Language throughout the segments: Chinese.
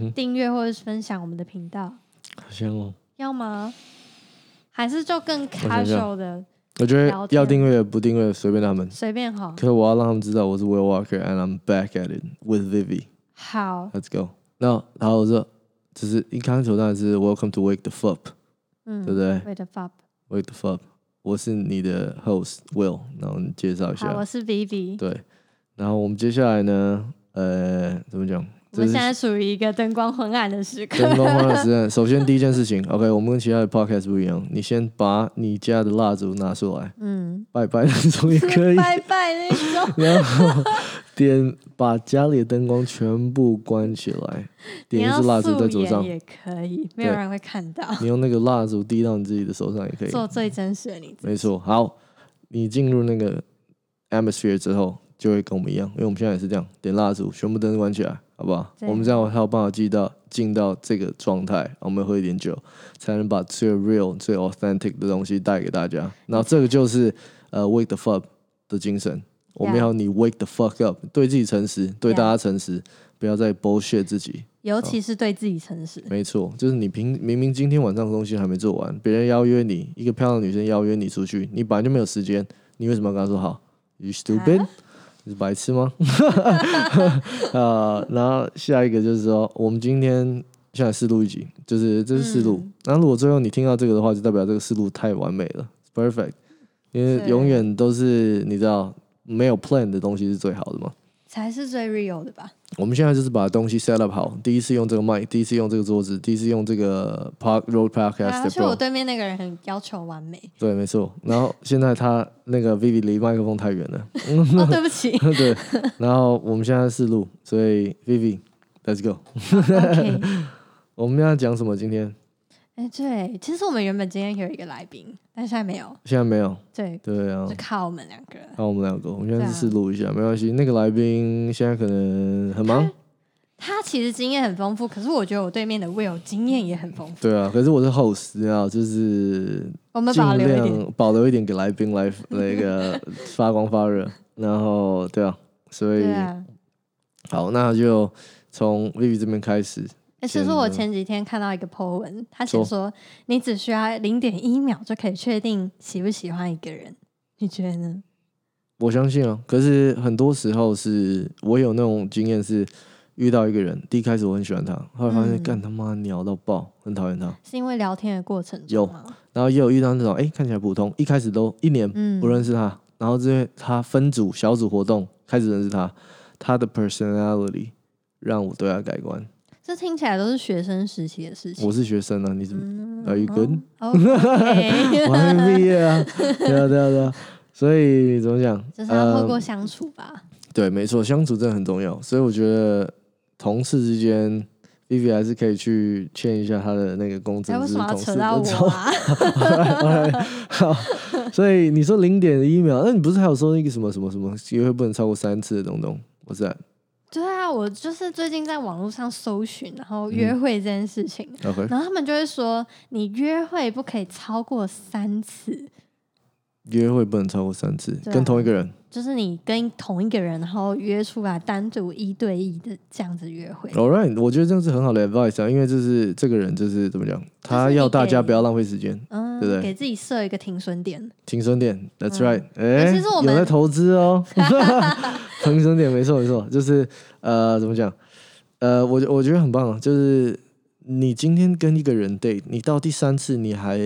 嗯订阅或者是分享我们的频道，好香哦！要吗？还是就更想想 casual 的我觉得聊天要订阅不订阅随便他们，随便好可？是我要让他们知道我是 Will Walker and I'm back at it with Vivi。好， Let's go。那然后我说，就是一开头当然是 Welcome to Wake the Fuck，、嗯，对不对？Wait a up， ？Wake the Fuck，我是你的 host Will，然后你介绍一好，我下。是 B B，对，然后我们接下来呢，呃，怎么讲？我们这现是在处于一个灯光昏暗的时刻，灯光花的时间。首先第一件事情，OK，我们跟其他的 podcast 不一样，你先把你家的蜡烛拿出来， 嗯，拜拜那种也可是以。，拜拜那种然后点把家里的灯光全部关起来，你 点一要支蜡烛在素桌颜上，也可以，没有对人会看到，你用那个蜡烛滴到你自己的手上也可以。做最真实的你自己。没错，好，你进入那个 atmosphere 之后，就会跟我们一样，因为我们现在也是这样，点蜡烛，全部灯关起来，好不好？对我们这样才有办法记到进到这个状态，我们喝一点酒，才能把最 real、最 authentic 的东西带给大家。那这个就是呃 wake the fuck up 的精神，我们 Yeah 要你 wake the fuck up，对自己诚实，对 Yeah 大家诚实，不要再 bullshit 自己。尤其是对自己诚实。没错，就是你平明明今天晚上的东西还没做完，别人邀约你，一个漂亮的女生邀约你出去，你本来就没有时间，你为什么要跟她说好？You stupid？、你是白痴吗？ 啊、然后下一个就是说，我们今天下来试录一集，就是这是试录。嗯那、如果最后你听到这个的话，就代表这个试录太完美了，it's，perfect。因为是永远都是你知道没有 plan 的东西是最好的嘛。才是最 real 的吧？我们现在就是把东西 set up 好，第一次用这个麦，第一次用这个桌子，第一次用这个 Park Road 对 Podcast 啊的而且我 Pro，对面那个人很要求完 美。对，没错。然后现在他那个 Vivi 离麦克风太远了， 哦，对不起对。然后我们现在是录，所以 Vivi，Let's go。 ，OK。我们要讲什么？今天哎，对，其实我们原本今天有一个来宾，但现在没有。现在没有，对，对啊就。靠我们两个人。那我们两个，我们现在对啊是试录一下，没关系。那个来宾现在可能很忙，他其实经验很丰富，可是我觉得我对面的 Will 经验也很丰富。对啊。可是我是 host，你知道，就是我们尽保留一点。量保留一点给来宾来 那个发光发热，然后对啊，所以、对啊，好，那就从 Vivi 这边开始，哎，其实我前几天看到一个 po 文，他写说说你只需要零点一秒就可以确定喜不喜欢一个人，你觉得呢？我相信啊，可是很多时候是我有那种经验是。遇到一个人，第一开始我很喜欢他，后来发现嗯干、他妈鸟到爆，很讨厌他。是因为聊天的过程有中吗？然后也有遇到那种哎、看起来普通，一开始都一年嗯，不认识他，然后因为他分组小组活动开始认识他，他的 personality 让我对他改观。这听起来都是学生时期的事情。我是学生啊，你怎么嗯 Are you good？哦 OK 我还没毕业啊，对啊，对啊，对啊。所以怎么讲？就是要透过呃、相处吧。对，没错，相处真的很重要。所以我觉得同事之间，Vivi 还是可以去欠一下他的那个工资哎，，为是什么要同扯事到的我错。啊？ 好，所以你说零点一秒，那你不是还有说那个什么什么什么约会不能超过三次的东东？我在对啊，我就是最近在网络上搜寻，然后约嗯会这件事情， OK 然后他们就会说，你约会不可以超过三次，约会不能超过三次，对啊跟同一个人。就是你跟同一个人，然后约出来单独一对一的这样子约会。 All right，我觉得这样是很好的 advice 啊，因为这是这个人就是怎么讲，他你要大给家不要浪费时间。嗯对不，对给自己设一个停损点，停损点，That's 嗯 right，哎、其实我们有在投 资哦， 停损点没错没错，就是呃怎么讲，呃我我觉得很棒啊，就是你今天跟一个人 date，你到第三次你还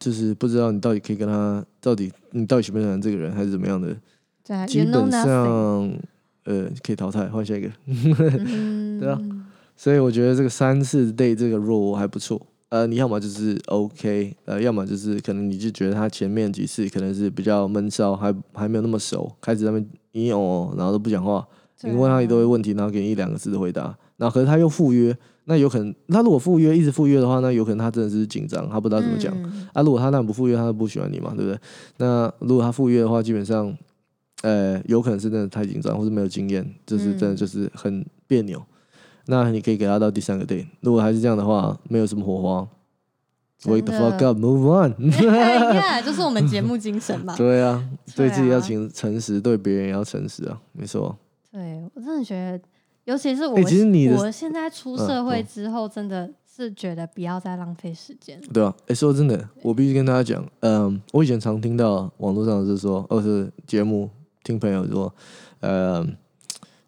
就是不知道你到底可以跟他到底你到底喜不喜欢这个人还是怎么样的，对啊，基 you know nothing，本上 呃可以淘汰换下一个，嗯，对啊所以我觉得这个三次 date 这个 rule 还不错。呃，你要么就是 OK，呃，要么就是可能你就觉得他前面几次可能是比较闷骚，还还没有那么熟，开始他们咦哦，哦然后都不讲话，对你啊问他一堆问题，然后给你一两个字的回答，然后可是他又赴约，那有可能他如果赴约一直赴约的话，那有可能他真的是紧张，他不知道怎么讲。嗯啊，如果他那不赴约，他就不喜欢你嘛，对不对？那如果他赴约的话，基本上，呃，有可能是真的太紧张，或是没有经验，就是真的嗯就是很别扭。那你可以给他到第三个 day，如果还是这样的话，没有什么火花。Wake the 真的 fuck up，move on 。 yeah，就是我们节目精神嘛。对啊，对对自己要啊诚诚实，对别人也要诚实啊，没错。对我真的觉得尤其是我，欸其实你的我现在出社会嗯嗯之后，真的是觉得不要再浪费时间了。对啊，哎、说真的，我必须跟大家讲，嗯，我以前常听到网络上是说，或是节目听朋友说，呃，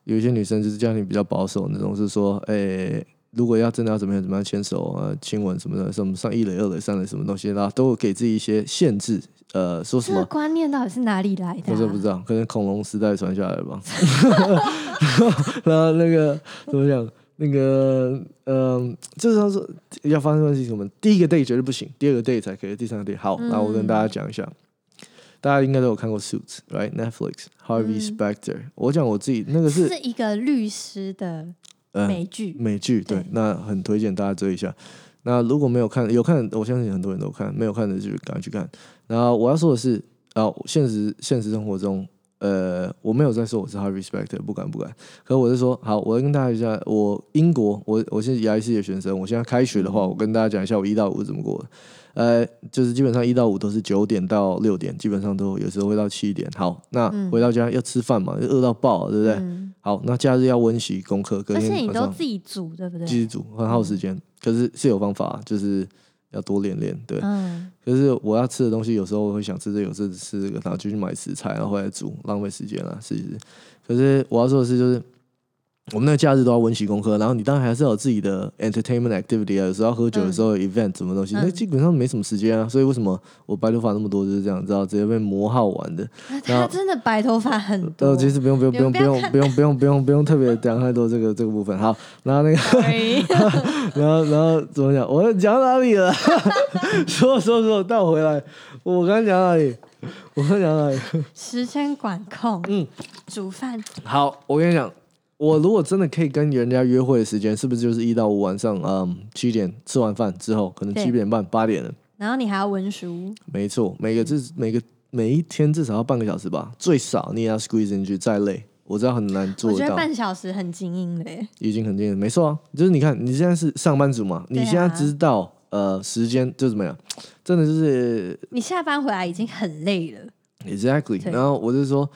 有一些女生就是家庭比较保守那种，是说，哎、如果要真的要怎么样怎么样牵手啊、亲吻什么的，什么上一垒、二垒、三垒什么东西，然后都有给自己一些限制，呃，说什这个么？观念到底是哪里来的、我啊？是不知道，可能恐龙时代传下来吧。 然后那个怎么讲？那个嗯，就是他说要发生关系什么？第一个 date 绝对不行，第二个 date 才可以，第三个 date 好。嗯那、我跟大家讲一下，大家应该都有看过 Suits，right？Netflix Harvey 嗯 Specter、我讲我自己那个是是一个律师的嗯。美剧，美剧，对对，那很推荐大家追一下。那如果没有看，有看，我相信很多人都有看，没有看的就赶快去看。然后我要说的是，啊，现实现实生活中，呃，我没有在说我是 Harvey Specter，不敢不敢。可我是说，好，我要跟大家一下，我英国，我我是牙医系的学生，我现在开学的嗯话，我跟大家讲一下我一到五怎么过的。呃，就是基本上一到五都是九点到六点，基本上都有时候会到七点。好，那嗯回到家要吃饭嘛，饿到爆，对不对？嗯，好，那假日要温习功课，隔而天且晚你上。都自己煮，对不对？嗯自己煮很耗时间，可是是有方法，就是要多练练。对，嗯，可是我要吃的东西，有时候我会想吃这个，有时候吃这个，然后就去买食材，然后回来煮，浪费时间了，是是。可是我要说的是，就是我们那个假日都要温习功课，然后你当然还是要有自己的 entertainment activity 啊，有时候要喝酒，嗯有时候有 event 什么东西，那嗯基本上没什么时间啊。所以为什么我白头发那么多就是这样，你知道直接被磨耗完的。然他后真的白头发很多呃，。其实不用不用不用不用不用不用不用不用特别讲太多这个这个部分。好，然后那个。 Sorry 然后，然后怎么讲？我讲哪里了？ 说说说，带我回来。我刚讲哪里？我刚讲哪里？时间管控，嗯，煮饭好，我跟你讲，我如果真的可以跟人家约会的时间，是不是就是一到五晚上？嗯，七点吃完饭之后，可能对七点半、八点了。然后你还要文书，没错，每个至每个每一天至少要半个小时吧，最少你也要 squeeze 进去，再累。我知道很难我做得觉得到，半小时很精英的耶。已经很近了，没错啊。就是你看，你现在是上班族嘛，你对啊现在知道、呃时间就怎么样，真的就是你下班回来已经很累了， Exactly，对然后我就说，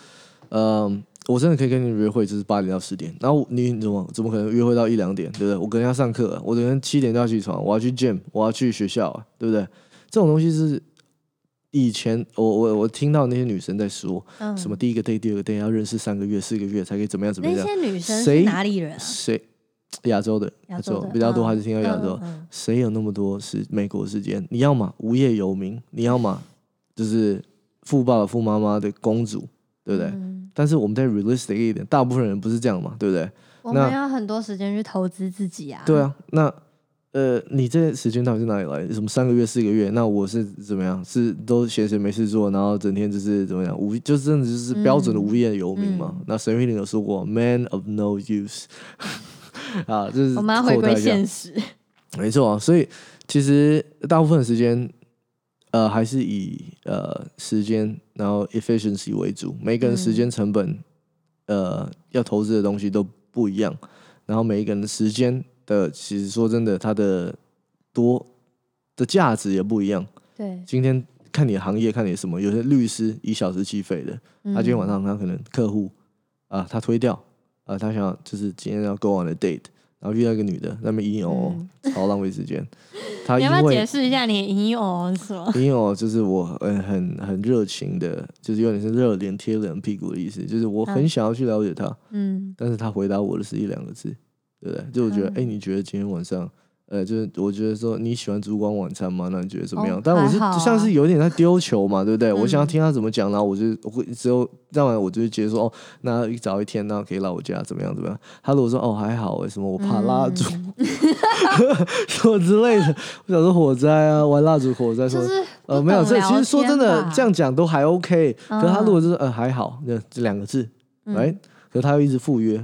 嗯，我真的可以跟你约会，就是八点到十点。然后你你怎么怎么可能约会到一两点，对不对？我可能要上课了，我可能七点就要起床，我要去 gym，我要去学校啊，对不对？这种东西是以前我我我听到那些女生在说、嗯，什么第一个 day、第二个 day 要认识三个月、四个月才可以怎么样怎么那样些，女生谁是哪里人啊？谁亚洲的亚洲的比较多嗯还是听到亚洲，嗯嗯谁有那么多时美国时间？你要么无业游民，你要么就是富爸爸富妈妈的公主，对不对？嗯但是我们再 realistic 一点，大部分人不是这样嘛，对不对？我那们要很多时间去投资自己啊。对，啊，那呃，你这些时间到底是哪里来的？什么三个月、四个月？那我是怎么样？是都闲闲没事做，然后整天就是怎么样无，就是真的就是标准的无业游民嘛。嗯那沈玉玲有说过，man of no use 啊，就是我们要回扣带归一下现实。没错啊，所以其实大部分的时间，呃，还是以呃时间，然后 efficiency 为主。每个人时间成本，呃，要投资的东西都不一样。然后每一个人的时间的，其实说真的，它的多的价值也不一样。 对，今天看你的行业，看你什么，有些律师以小时计费的，他他今天嗯晚上他可能客户啊、他推掉啊、他想要就是今天要 go on a date，然后遇到一个女的，那么嗯一哦，超浪费时间。他你因要不要解为释一下你的引偶是吗？因为哦就是我很很很热情的，就是有点是热脸贴冷屁股的意思，就是我很嗯想要去了解他，嗯，但是他回答我的是一两个字，对不对？就我觉得，哎、嗯你觉得今天晚上，呃，就是我觉得说你喜欢烛光晚餐吗？那你觉得怎么样？哦但我是、还好啊像是有点在丢球嘛，对不对？嗯我想要听他怎么讲，然后我就我会之后，当然我就会觉得说，哦，那找一天，那可以来我家怎么样怎么样？他如果说，哦，还好、为什么我怕蜡嗯烛、 什么之类 的，我想说火灾啊，玩蜡烛火灾什就么。是呃，没有，这其实说真的，这样讲都还 OK。可嗯是他如果就是呃还好，那这两个字，哎、哎，可是他又一直赴约，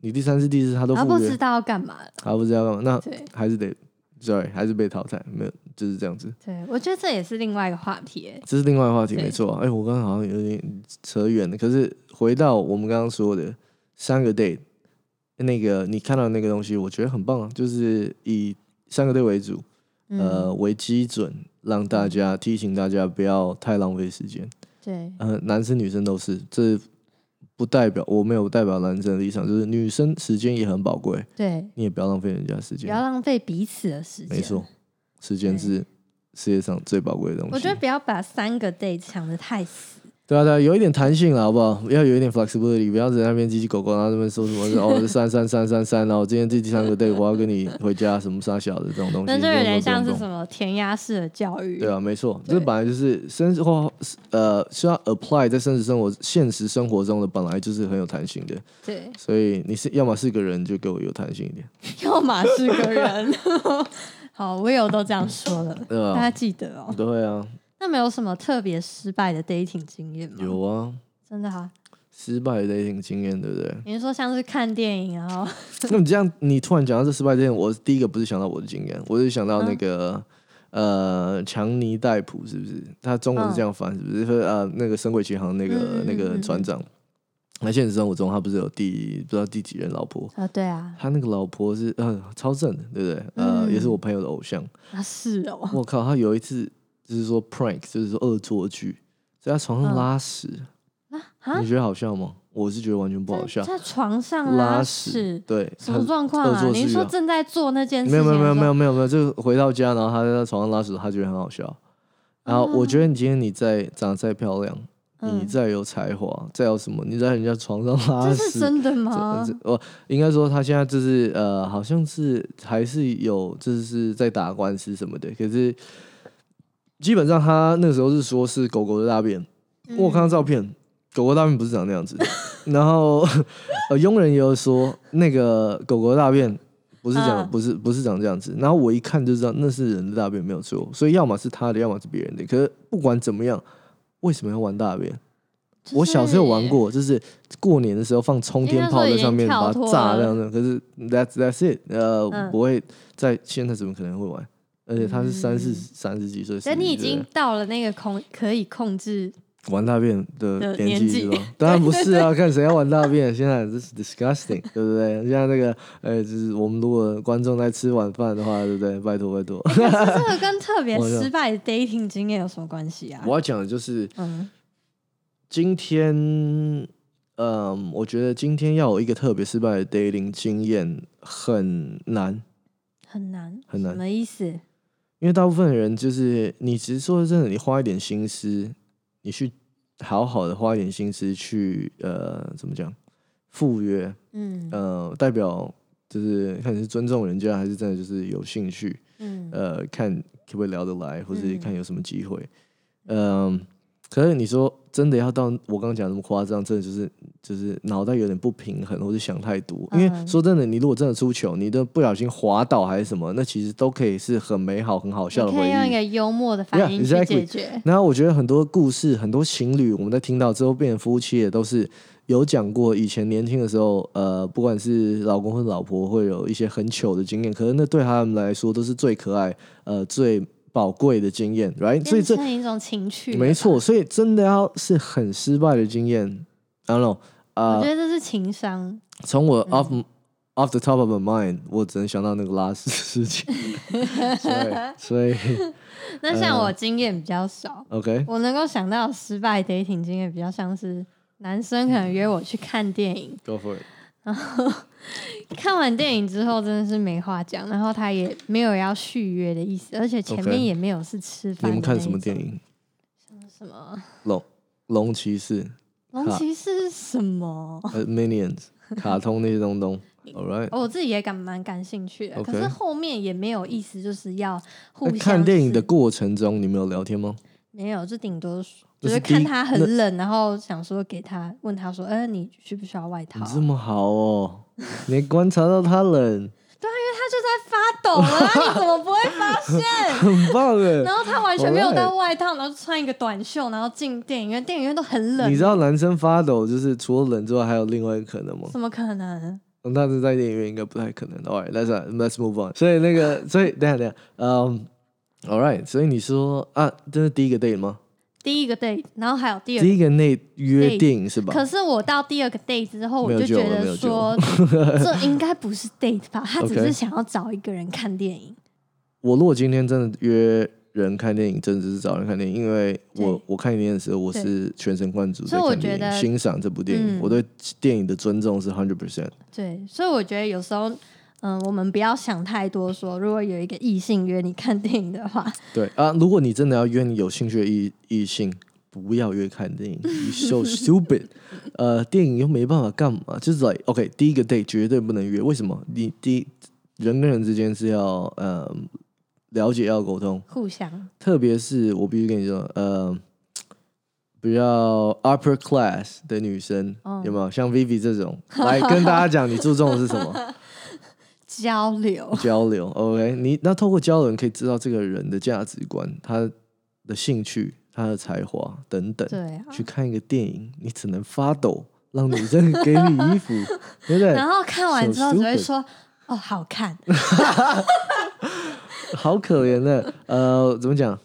你第三次、第四次他都他啊不赴知约，呃啊道要干嘛了。他不知道干嘛，那对还是得，sorry，还是被淘汰，没有，就是这样子，对，我觉得这也是另外一个话题耶。这是另外一个话题，对没错啊。哎、我刚刚好像有点扯远了，可是回到我们刚刚说的三个 date，那个你看到那个东西，我觉得很棒啊，就是以三个 date 为主，嗯呃，为基准，让大家提醒大家不要太浪费时间。对，呃，男生女生都是，这不代表我没有代表男生的立场，就是女生时间也很宝贵，对，你也不要浪费人家时不间要。浪费彼此的时间。没错，时间是世界上最宝贵的东西。我觉得不要把三个 day 想的太死。对啊，对啊，有一点弹性啦，好不好？要有一点 flexibility，不要在那边叽叽狗狗，然后那边说什么 哦三三三三三，然后今天第第三个 day 我要跟你回家，什么傻小的这种东西。那就有点像是么？什么填鸭式的教育，对啊，没错，对这本来就是生活，呃，是要 apply 在现实生活、现实生活中的，本来就是很有弹性的。对，所以你是要么是个人，就给我有弹性一点，要么是个人。 好，我有都这样说了，对大家吧？记得哦。对啊，那没有什么特别失败的 dating 经验吗？有啊，真的哈。失败的 dating 经验，对不 对？你是说像是看电影，然后那你这样，你突然讲到这失败经验，我第一个不是想到我的经验，我是想嗯到那个、呃强尼戴普是不是？他中文是这样翻，是不是？就是呃那个《神鬼奇航》那个、嗯嗯嗯嗯那个船长，那现实生活中他不是有第不知道第几任老婆？啊，对啊，他那个老婆是呃超正的，对不对？呃，嗯也是我朋友的偶像。啊是哦，我靠，他有一次就是说 prank，就是说恶作剧，在他床上嗯拉屎，啊啊你，觉得好笑吗？我是觉得完全不好笑在。在床上拉屎屎，，对，什么他状况恶啊？作你剧是说啊正在做那件事没情有的时没候，有没有没有没有没有，就是回到家，然后他在床上拉屎，他觉得很好笑。然后我觉得你今天你再长得再漂亮，你啊嗯再有才华，再有什么，你在人家床上拉这屎，是真的吗这？这我应该说他现在就是呃，好像是还是有就是在打官司什么的，可是基本上他那时候是说是狗狗的大便，嗯我有看到照片，狗狗大便不是长那样子的。然后 呃，佣人也有说那个狗狗大便不是长、嗯不是不是长这样子，然后我一看就知道那是人的大便没有错，所以要么是他的，要么是别人的。可是不管怎么样，为什么要玩大便？就是我小时候有玩，过，就是过年的时候放冲天炮在上面，应该说把已经跳它脱炸了那样的。可是 that's that's it，呃，嗯不会在现在怎么可能会玩？而且他是三四嗯三十几岁，但40你几已岁经到了那个控可以控 制，玩大便的的年年纪纪是吧？当然不是 啊，看谁要玩大便。现在这是 disgusting，对不对？像那个，呃，就是我们如果观众在吃晚饭的话，对不对？拜托拜托，哎可是这个跟特别我知道失败的 dating 经验有什么关系啊？ 我要讲的就是嗯今天，嗯、我觉得今天要有一个特别失败的 dating 经验很难，很难很难什么意思？因为大部分人就是你，其实说真的，你花一点心思，你去好好的花一点心思去，呃，怎么讲，赴约，嗯呃，代表就是看你是尊重人家，还是真的就是有兴趣，嗯呃，看可不可以聊得来，或者嗯看有什么机会。嗯、可是你说真的要到我刚刚讲那么夸张，真的就是就是脑袋有点不平衡，或者想太多。因为嗯说真的，你如果真的出糗，你都不小心滑倒还是什么，那其实都可以是很美好、很好笑的你回可以用一忆。个幽默的反 Yeah, 应去 exactly. 解决。然后我觉得很多故事，很多情侣，我们在听到之后变成夫妻，也都是有讲过以前年轻的时候，呃，不管是老公或老婆，会有一些很糗的经验，可是那对他们来说都是最可爱、呃最宝贵的经验，right？所以变这成一种情趣，没。错，所以真的要是很失败的经验，I don't know 啊、我觉得这是情商，从我 off、off the top of my mind，我只能想到那个拉屎的 事情，所以所以那像嗯我经验比较少， OK，我能够想到失败 dating 经验比较像是男生可能约我去看电影， go for it，看完电影之后真的是没话讲，然后他也没有要续约的意思，而且前 OK 面也没有是吃你饭。们看什么电？影？什么龙龙骑士。龙骑士是什么？呃，Minions 卡通那些东东。All right，哦我自己也感蛮感兴趣的 OK 可是后面也没有意思，就是要互那相看电影的试过程中，你们有聊天吗？没有，就顶多是就就是是第看一他那很冷，然后想说给他问他说，呃，你需不需要外套你啊？这么好哦， 你还观察到他冷， 他抖了啊，你怎么不会发 现？很棒 哎。然后他完全没有 Alright 带外套，然后穿一个短袖，然后进电影院，电影院都很冷你，知道男生发抖就是除了冷之外，还有另外一个可能吗？怎么可能？嗯但是在电影院应该不太可能。All right，let's not- let's move on。所以 那个，所以等一下等一下，嗯、a l l right，所以你说啊，这是第一个 date 吗？第一个 date，然后还有第二个。第一个 date 约定是吧？可是我到第二个 date 之后，没我有就救觉了没有得救说了，这应该不是 date 吧？他只 OK 是想要找一个人看电影。我如果今天真的约人看电影，真的只是找人看电影，因为我对我看电影的时候，我对是全神贯注所在以我看觉电得影，欣赏这部电影，嗯我对电影的尊重是 hundred percent。对，所以我觉得有时候，嗯、我们不要想太多说如果有一个异性约你看电影的话，对啊，如果你真的要约你有兴趣的异异性，不要约看电影，you so stupid。呃，电影又没办法干嘛，就是 like OK，第一个 date 绝对不能约，为什么？你第一人跟人之间是要呃了解要沟通，互相特别是我必须跟你说，呃，比较 upper class 的女生、嗯有没有？像 Vivi 这种，来跟大家讲，你注重的是什么？交流。交流。OK，你那透过交流，你可以知道这个人的价值观、他的兴趣、他的才华等等。对啊，去看一个电影，你只能发抖，让女生给你 衣服，对不对？然后看完 So 之后只会 stupid 说。哦，好看，好可怜的，呃，怎么讲？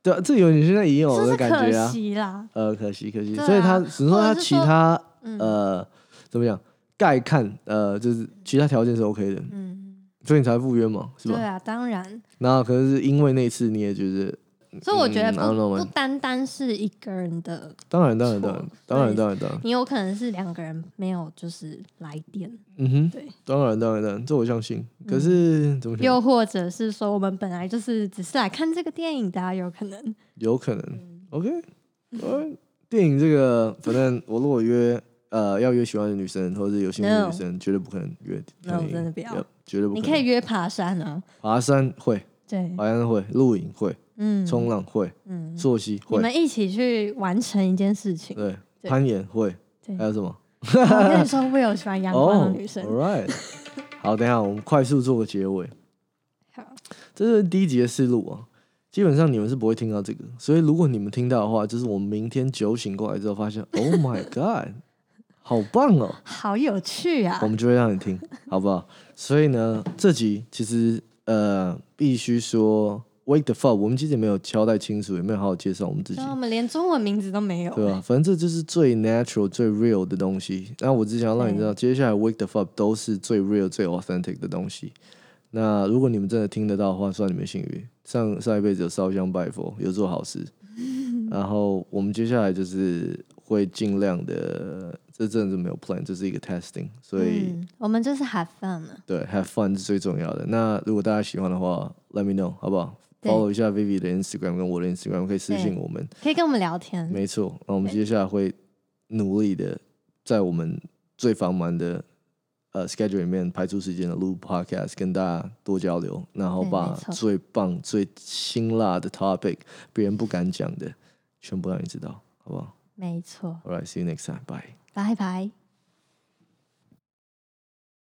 对啊，这有点现在已有这是的感可觉啊。惜啦。呃，可惜，可惜。对啊所以他只能说他或者是其说他嗯呃怎么讲概看呃就是其他条件是 OK 的，嗯，所以你才赴约嘛，是对吧？啊，当然。然后可能是因为那次你也觉得所以我觉得嗯不、 I don't know, 不 man 单单是一个人的，当然，当然，错当然，当然，对当然，当然，你有可能是两个人没有就是来电，嗯哼，对，嗯当然，当然，当然，这我相信。可是怎么讲？又或者是说我们本来就是只是来看这个电影的啊、有可能。有可嗯能。OK，呃，电影这个，反正我如果约呃要约喜欢的女生或者是有兴趣的 No 女生，绝对不可能约看 No，电影。真的不要 Yep，绝对不可你能。啊可以约爬山啊，爬山会，对，爬山会，露营会，嗯，冲浪会，嗯，溯溪你会，们一起去完成一件事 情。对，对攀岩会，对，还有什么？我跟你说，我有喜欢阳光的哦女生。 ，All right，好，等一下我们快速做个结尾。好，这是第一集的思路啊。基本上你们是不会听到这个，所以如果你们听到的话，就是我们明天酒醒过来之后发现 ，Oh my God，好棒哦，好有趣啊我！们就会让 你听，好不好？所以呢，这集其实呃，必须说 Wake the fuck，我们其实也没有交代清楚，也没有好好介绍我们自己然，后我们连中文名字都没有。对吧、反正这就是最 natural、最 real 的东西。那我只想要让嗯你知道，接下来 Wake the fuck 都是最 real、最 authentic 的东西。那如果你们真的听得到的话，算你们幸运。上上一辈子有烧香拜佛，有做 好事。然后我们接下来就是会尽量的，这真的是没有 plan，这是一个 testing，所以、嗯，我们就是 have fun 了。对 have fun 是最重要的。那如果大家喜欢的话，let me know 好不好对？follow 一下 Vivi 的 Instagram 跟我的 Instagram，可以私信我们。可以跟我们聊天。没错，那我哎们接下来会努力的在我们最繁忙的呃 schedule 里面排出时间的录 podcast，跟大家多交流，然后对把哎没错最棒、最辛辣的 topic，别人不敢讲的，全部让你知道，好不好没错， ？All right, see you next time. Bye. 拜拜。